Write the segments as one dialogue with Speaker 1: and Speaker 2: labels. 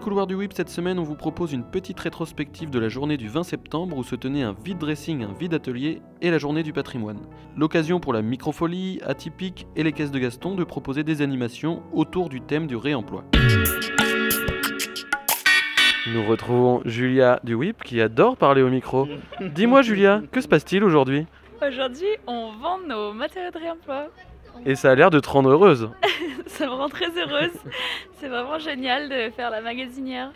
Speaker 1: couloirs du whip, cette semaine, on vous propose une petite rétrospective de la journée du 20 septembre où se tenait un vide dressing, un vide atelier et la journée du patrimoine. L'occasion pour la microfolie, atypique et les caisses de Gaston de proposer des animations autour du thème du réemploi. Nous retrouvons Julia du whip qui adore parler au micro. Dis-moi Julia, que se passe-t-il aujourd'hui
Speaker 2: Aujourd'hui, on vend nos matériaux de réemploi.
Speaker 1: Et ça a l'air de te rendre heureuse.
Speaker 2: Ça me rend très heureuse. C'est vraiment génial de faire la magasinière.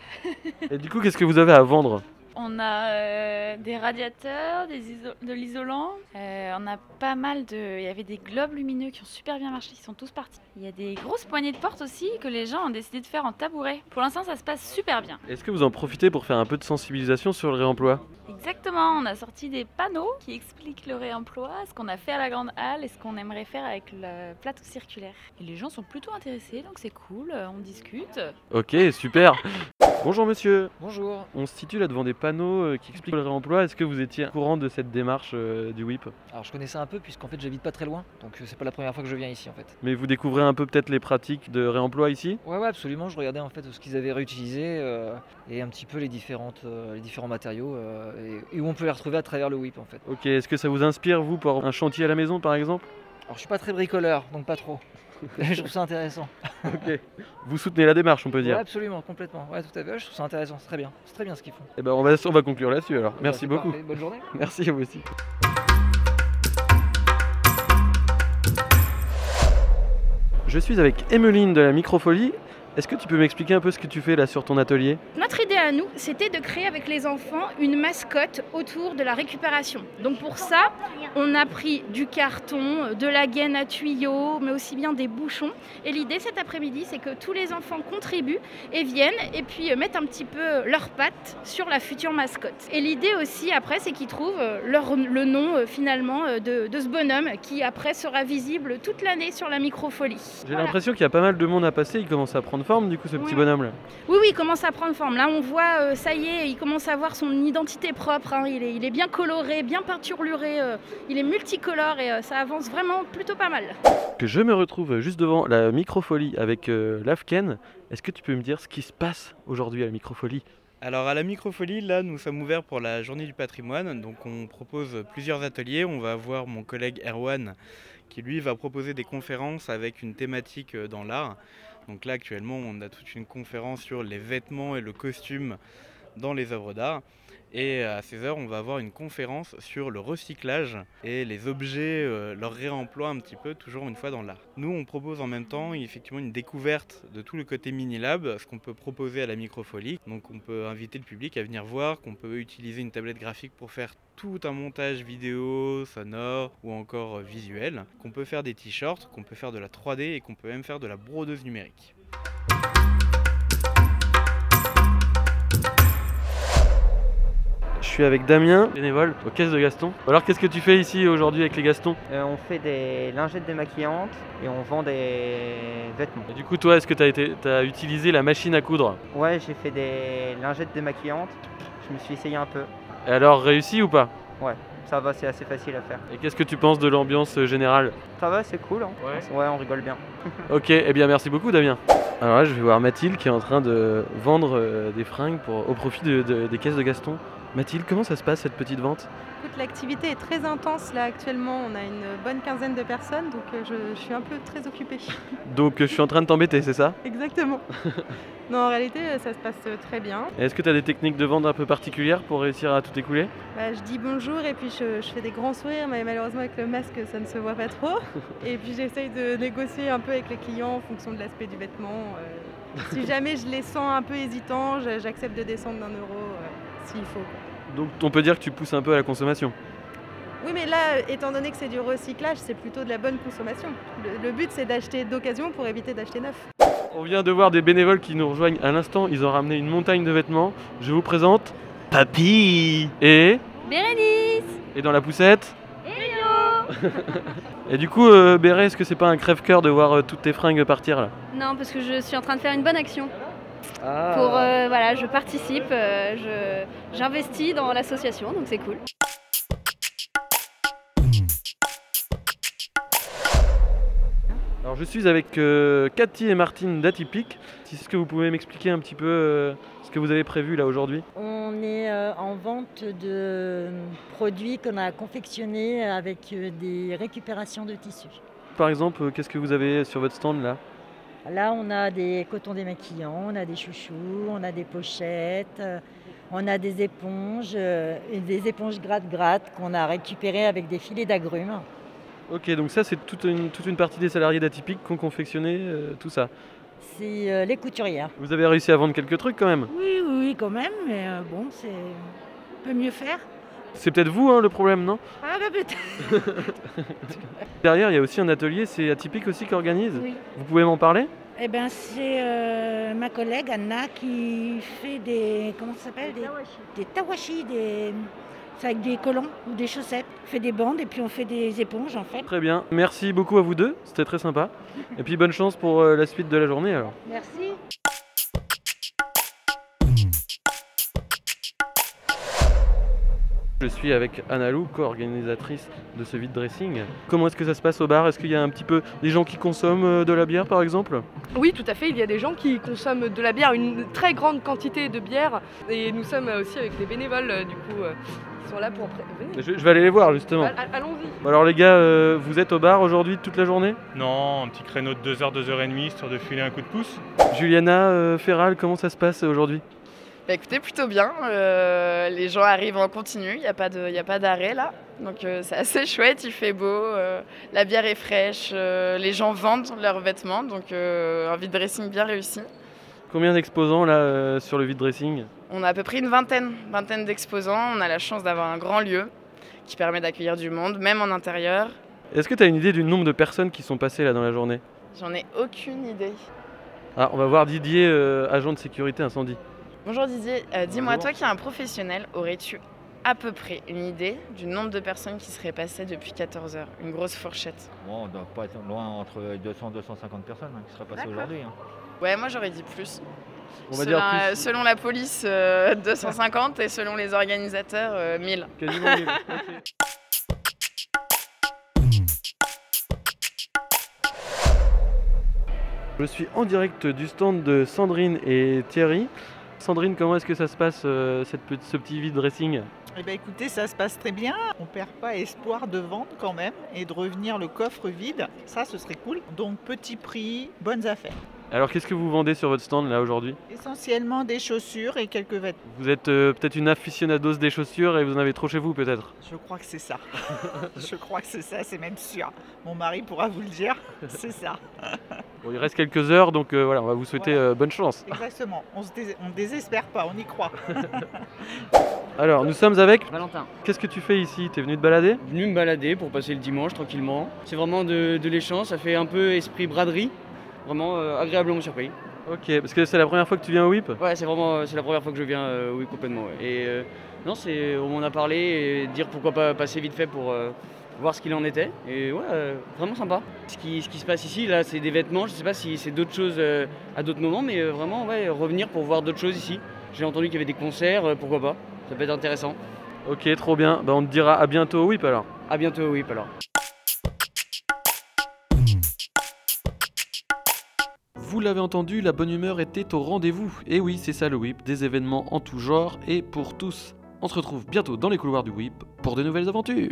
Speaker 1: Et du coup, qu'est-ce que vous avez à vendre
Speaker 2: On a euh, des radiateurs, des iso- de l'isolant. Euh, on a pas mal de. Il y avait des globes lumineux qui ont super bien marché, qui sont tous partis. Il y a des grosses poignées de porte aussi que les gens ont décidé de faire en tabouret. Pour l'instant, ça se passe super bien.
Speaker 1: Est-ce que vous en profitez pour faire un peu de sensibilisation sur le réemploi
Speaker 2: Exactement, on a sorti des panneaux qui expliquent le réemploi, ce qu'on a fait à la Grande Halle et ce qu'on aimerait faire avec le plateau circulaire. Et les gens sont plutôt intéressés, donc c'est cool, euh, on discute.
Speaker 1: Ok, super. Bonjour monsieur,
Speaker 3: Bonjour.
Speaker 1: on se situe là devant des panneaux euh, qui expliquent le réemploi. Est-ce que vous étiez au courant de cette démarche euh, du WIP
Speaker 3: Alors je connaissais un peu puisqu'en fait j'habite pas très loin, donc euh, c'est pas la première fois que je viens ici en fait.
Speaker 1: Mais vous découvrez un peu peut-être les pratiques de réemploi ici
Speaker 3: Ouais ouais absolument, je regardais en fait ce qu'ils avaient réutilisé euh, et un petit peu les, différentes, euh, les différents matériaux euh, et, et où on peut les retrouver à travers le whip en fait.
Speaker 1: Ok, est-ce que ça vous inspire vous pour un chantier à la maison par exemple
Speaker 3: Alors je suis pas très bricoleur, donc pas trop. je trouve ça intéressant.
Speaker 1: Ok. Vous soutenez la démarche on peut
Speaker 3: Ouais,
Speaker 1: dire.
Speaker 3: absolument, complètement. Ouais tout à fait, Ouais, je trouve ça intéressant, c'est très bien. C'est très bien ce qu'ils font.
Speaker 1: Eh ben on va, on va conclure là-dessus alors. Merci
Speaker 3: C'est
Speaker 1: beaucoup.
Speaker 3: parfait. Bonne journée.
Speaker 1: Merci à vous aussi. Je suis avec Emeline de la Microfolie. Est-ce que tu peux m'expliquer un peu ce que tu fais là sur ton atelier
Speaker 4: Notre idée à nous, c'était de créer avec les enfants une mascotte autour de la récupération. Donc pour ça, on a pris du carton, de la gaine à tuyaux, mais aussi bien des bouchons. Et l'idée cet après-midi, c'est que tous les enfants contribuent et viennent et puis euh, mettent un petit peu leurs pattes sur la future mascotte. Et l'idée aussi après, c'est qu'ils trouvent euh, leur- le nom euh, finalement euh, de, de ce bonhomme qui après sera visible toute l'année sur la microfolie.
Speaker 1: J'ai
Speaker 4: Voilà.
Speaker 1: l'impression qu'il y a pas mal de monde à passer, il commence à prendre forme du coup ce petit
Speaker 4: Ouais.
Speaker 1: bonhomme là.
Speaker 4: Oui, oui, il commence à prendre forme. Là, on voit, euh, ça y est, il commence à avoir son identité propre. hein. Il, est, il est bien coloré, bien peinturluré, euh, il est multicolore et euh, ça avance vraiment plutôt pas mal.
Speaker 1: Que je me retrouve juste devant la Microfolie avec euh, l'Afken. Est-ce que tu peux me dire ce qui se passe aujourd'hui à la Microfolie
Speaker 5: Alors à la Microfolie, là nous sommes ouverts pour la journée du patrimoine, donc on propose plusieurs ateliers. On va avoir mon collègue Erwan qui lui va proposer des conférences avec une thématique euh, dans l'art. Donc là actuellement on a toute une conférence sur les vêtements et le costume dans les œuvres d'art. Et à 16h on va avoir une conférence sur le recyclage et les objets, euh, leur réemploi un petit peu, toujours une fois dans l'art. Nous on propose en même temps effectivement une découverte de tout le côté mini-lab, ce qu'on peut proposer à la microfolie. Donc on peut inviter le public à venir voir, qu'on peut utiliser une tablette graphique pour faire tout un montage vidéo, sonore ou encore euh, visuel, qu'on peut faire des t-shirts, qu'on peut faire de la 3D et qu'on peut même faire de la brodeuse numérique.
Speaker 1: Je suis avec Damien, bénévole aux caisses de Gaston. Alors qu'est-ce que tu fais ici aujourd'hui avec les Gastons
Speaker 6: Euh, on fait des lingettes démaquillantes et on vend des vêtements.
Speaker 1: Et du coup toi, est-ce que tu as, utilisé la machine à coudre
Speaker 6: Ouais, j'ai fait des lingettes démaquillantes. Je me suis essayé un peu.
Speaker 1: Et alors réussi ou pas
Speaker 6: Ça va, c'est assez facile à faire.
Speaker 1: Et qu'est-ce que tu penses de l'ambiance euh, générale
Speaker 6: Ça va, c'est cool. hein.
Speaker 1: Ouais.
Speaker 6: ouais, on rigole bien.
Speaker 1: Ok, eh bien merci beaucoup Damien. Alors là, je vais voir Mathilde qui est en train de vendre euh, des fringues pour, au profit de- de- des caisses de Gaston. Mathilde, comment ça se passe cette petite vente
Speaker 7: Écoute, l'activité est très intense là actuellement. On a une bonne quinzaine de personnes, donc euh, je, je suis un peu très occupée.
Speaker 1: Donc euh, je suis en train de t'embêter, c'est ça
Speaker 7: Exactement. non, en réalité, euh, ça se passe euh, très bien.
Speaker 1: Est-ce que tu as des techniques de vente un peu particulières pour réussir à tout écouler
Speaker 7: Bah, je dis bonjour et puis je, je fais des grands sourires, mais malheureusement avec le masque, ça ne se voit pas trop. Et puis j'essaye de négocier un peu avec les clients en fonction de l'aspect du vêtement. euh. si jamais je les sens un peu hésitants, je- j'accepte de descendre d'un euro euh, s'il faut.
Speaker 1: Donc on peut dire que tu pousses un peu à la consommation.
Speaker 7: Oui, mais là, étant donné que c'est du recyclage, c'est plutôt de la bonne consommation. Le- le but, c'est d'acheter d'occasion pour éviter d'acheter neuf.
Speaker 1: On vient de voir des bénévoles qui nous rejoignent à l'instant, ils ont ramené une montagne de vêtements. Je vous présente Papy Et
Speaker 2: Bérénice
Speaker 1: Et dans la poussette Et du coup, euh, Béret, est-ce que c'est pas un crève-cœur de voir euh, toutes tes fringues partir là
Speaker 8: Non, parce que je suis en train de faire une bonne action.
Speaker 3: Ah.
Speaker 8: Pour, euh, voilà, je participe, euh, je- j'investis dans l'association, donc c'est cool.
Speaker 1: Alors Alors je suis avec euh, Cathy et Martine d'Atypique. Est-ce que vous pouvez m'expliquer un petit peu euh, ce que vous avez prévu là aujourd'hui
Speaker 9: On est euh, en vente de produits qu'on a confectionnés avec euh, des récupérations de tissus.
Speaker 1: Par exemple, euh, qu'est-ce que vous avez sur votre stand là
Speaker 9: Là, on a des cotons démaquillants, on a des chouchous, on a des pochettes, euh, on a des éponges, euh, et des éponges gratte-gratte qu'on a récupérées avec des filets d'agrumes.
Speaker 1: Ok, donc ça c'est toute une, toute une partie des salariés d'Atypique qui ont confectionné euh, tout ça.
Speaker 9: C'est euh, les couturières.
Speaker 1: Vous avez réussi à vendre quelques trucs quand même
Speaker 10: Oui, oui, oui, quand même, mais euh, bon, c'est. On peut mieux faire.
Speaker 1: C'est peut-être vous hein, le problème, non
Speaker 10: Ah, bah peut-être.
Speaker 1: Derrière, il y a aussi un atelier, c'est Atypique aussi qui organise.
Speaker 10: Oui.
Speaker 1: Vous pouvez m'en parler
Speaker 10: Eh bien, c'est euh, ma collègue Anna qui fait des. Comment ça s'appelle des, des tawashi, des. C'est avec des collants ou des chaussettes. On fait des bandes et puis on fait des éponges en fait.
Speaker 1: Très bien, merci beaucoup à vous deux, c'était très sympa. Et puis bonne chance pour euh, la suite de la journée alors.
Speaker 10: Merci.
Speaker 1: Je suis avec Annalou, co-organisatrice de ce vide dressing. Comment est-ce que ça se passe au bar Est-ce qu'il y a un petit peu des gens qui consomment euh, de la bière par exemple
Speaker 11: Oui, tout à fait. Il y a des gens qui consomment de la bière, une très grande quantité de bière. Et nous sommes aussi avec les bénévoles, euh, du coup, euh, qui sont là pour. pré-
Speaker 1: je,
Speaker 11: Venez.
Speaker 1: je vais aller les voir justement.
Speaker 11: Al- al- Allons-y.
Speaker 1: Bon, Alors les gars, euh, vous êtes au bar aujourd'hui toute la journée
Speaker 12: Non, un petit créneau de 2h, 2h30, histoire de filer un coup de pouce.
Speaker 1: Juliana euh, Ferral, comment ça se passe aujourd'hui
Speaker 13: Bah écoutez, plutôt bien. Euh, les gens arrivent en continu, il n'y a pas de- y a pas d'arrêt là. Donc euh, c'est assez chouette, il fait beau, euh, la bière est fraîche, euh, les gens vendent leurs vêtements, donc euh, un vide dressing bien réussi.
Speaker 1: Combien d'exposants là euh, sur le vide dressing
Speaker 13: On a à peu près une vingtaine, vingtaine d'exposants, on a la chance d'avoir un grand lieu qui permet d'accueillir du monde, même en intérieur.
Speaker 1: Est-ce que tu as une idée du nombre de personnes qui sont passées là dans la journée
Speaker 13: J'en ai aucune idée.
Speaker 1: Ah, on va voir Didier, euh, agent de sécurité incendie.
Speaker 13: Bonjour Didier, Euh, dis-moi,
Speaker 1: Bonjour.
Speaker 13: toi qui es un professionnel, aurais-tu à peu près une idée du nombre de personnes qui seraient passées depuis 14 heures Une grosse fourchette.
Speaker 14: Bon, on doit pas être loin entre 200 250 personnes hein, qui seraient passées
Speaker 13: D'accord.
Speaker 14: aujourd'hui. hein.
Speaker 13: Ouais, moi j'aurais dit plus.
Speaker 1: On va
Speaker 13: selon,
Speaker 1: dire plus.
Speaker 13: euh, selon la police, euh, 250 et selon les organisateurs, euh, 1000.
Speaker 1: Quasiment mille, Je suis en direct du stand de Sandrine et Thierry. Sandrine, comment est-ce que ça se passe euh, cette petite- ce petit vide dressing
Speaker 15: Eh ben, écoutez, ça se passe très bien. On perd pas espoir de vendre quand même et de revenir le coffre vide. Ça, ce serait cool. Donc, petit prix, bonnes affaires.
Speaker 1: Alors qu'est-ce que vous vendez sur votre stand là aujourd'hui
Speaker 15: Essentiellement des chaussures et quelques vêtements.
Speaker 1: Vous êtes euh, peut-être une aficionados des chaussures et vous en avez trop chez vous peut-être
Speaker 15: Je crois que c'est ça. Je crois que c'est ça, c'est même sûr. Mon mari pourra vous le dire. C'est ça.
Speaker 1: Bon, Il reste quelques heures donc euh, voilà, on va vous souhaiter
Speaker 15: Voilà.
Speaker 1: euh, bonne chance.
Speaker 15: Exactement. On se dés- on ne désespère pas, on y croit.
Speaker 1: Alors nous sommes avec...
Speaker 16: Valentin.
Speaker 1: Qu'est-ce que tu fais ici T'es venu te balader
Speaker 16: Venu me balader pour passer le dimanche tranquillement. C'est vraiment de, de l'échange, ça fait un peu esprit braderie. Vraiment euh, agréablement surpris.
Speaker 1: Ok, parce que c'est la première fois que tu viens au WIP
Speaker 16: Ouais, c'est vraiment euh, c'est la première fois que je viens, euh, oui, complètement. ouais. Et euh, non, c'est on m'en a parlé et dire pourquoi pas passer vite fait pour euh, voir ce qu'il en était. Et ouais, euh, vraiment sympa. Ce qui, ce qui se passe ici, là, c'est des vêtements. Je sais pas si c'est d'autres choses euh, à d'autres moments, mais euh, vraiment, ouais, revenir pour voir d'autres choses ici. J'ai entendu qu'il y avait des concerts, euh, pourquoi pas Ça peut être intéressant.
Speaker 1: Ok, trop bien. Bah, on te dira à bientôt au WIP alors.
Speaker 16: À bientôt au WIP alors.
Speaker 1: Vous l'avez entendu, la bonne humeur était au rendez-vous. Et oui, c'est ça le WIP, des événements en tout genre et pour tous. On se retrouve bientôt dans les couloirs du WIP pour de nouvelles aventures.